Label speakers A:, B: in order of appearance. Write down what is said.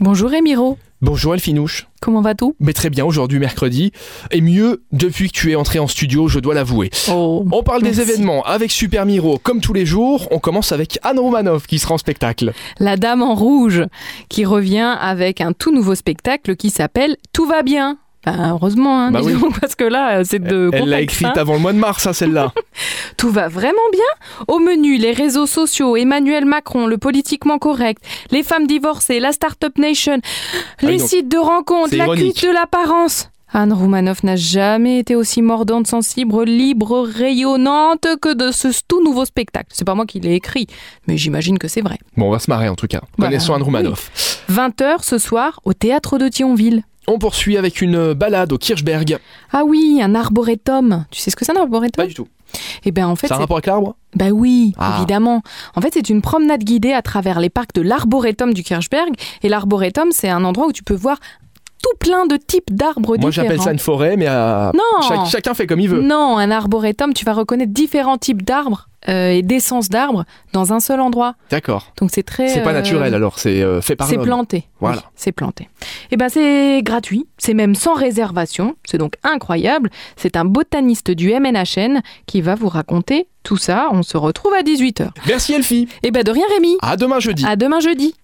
A: Bonjour Emiro,
B: Bonjour Elfinouche.
A: comment vas-tu
B: Mais très bien, aujourd'hui mercredi. Et mieux, depuis que tu es entré en studio, je dois l'avouer.
A: Oh,
B: On parle des
A: Merci.
B: événements avec Super Miro, comme tous les jours. On commence avec Anne Romanov qui sera en spectacle.
A: la Dame en rouge qui revient avec un tout nouveau spectacle qui s'appelle Tout va bien. Ben, heureusement, hein,
B: Bah
A: dis
B: oui.
A: donc, parce que là, euh, c'est de
B: Elle l'a
A: contexte,
B: écrite
A: hein.
B: avant le mois de mars, hein, celle-là.
A: Tout va vraiment bien Au menu, les réseaux sociaux, Emmanuel Macron, le politiquement correct, les femmes divorcées, la Startup Nation,
B: oui,
A: les
B: donc,
A: sites de rencontres,
B: Ah, c'est
A: la
B: ironique.
A: culte de l'apparence. Anne Roumanoff n'a jamais été aussi mordante, sensible, libre, rayonnante que de ce tout nouveau spectacle. C'est pas moi qui l'ai écrit, mais j'imagine que c'est vrai.
B: bon, on va se marrer en tout cas.
A: Bah,
B: Connaissons Anne Romanov.
A: 20h ce soir au théâtre de Thionville.
B: On poursuit avec une balade au Kirchberg.
A: Ah oui, un arboretum. Tu sais ce que c'est un arboretum
B: du tout.
A: Eh bien en fait,
B: C'est un
A: c'est-
B: rapport avec l'arbre
A: bah oui,
B: Ah.
A: évidemment. En fait, c'est une promenade guidée à travers les parcs de l'arboretum du Kirchberg. Et l'arboretum, c'est un endroit où tu peux voir tout plein de types d'arbres
B: Moi
A: différents.
B: j'appelle ça une forêt, mais euh,
A: Non,
B: chaque- chacun fait comme il veut.
A: non, un arboretum, tu vas reconnaître différents types d'arbres euh, et d'essences d'arbres dans un seul endroit.
B: D'accord.
A: Donc c'est très.
B: C'est pas
A: euh,
B: naturel alors, c'est euh, fait par
A: C'est
B: l'homme.
A: planté.
B: Voilà.
A: Oui, c'est planté. Et ben c'est gratuit, c'est même sans réservation, c'est donc incroyable. C'est un botaniste du MNHN qui va vous raconter tout ça. On se retrouve à 18h.
B: Merci Elfie.
A: Et ben de rien Rémi.
B: À demain jeudi.
A: À demain jeudi.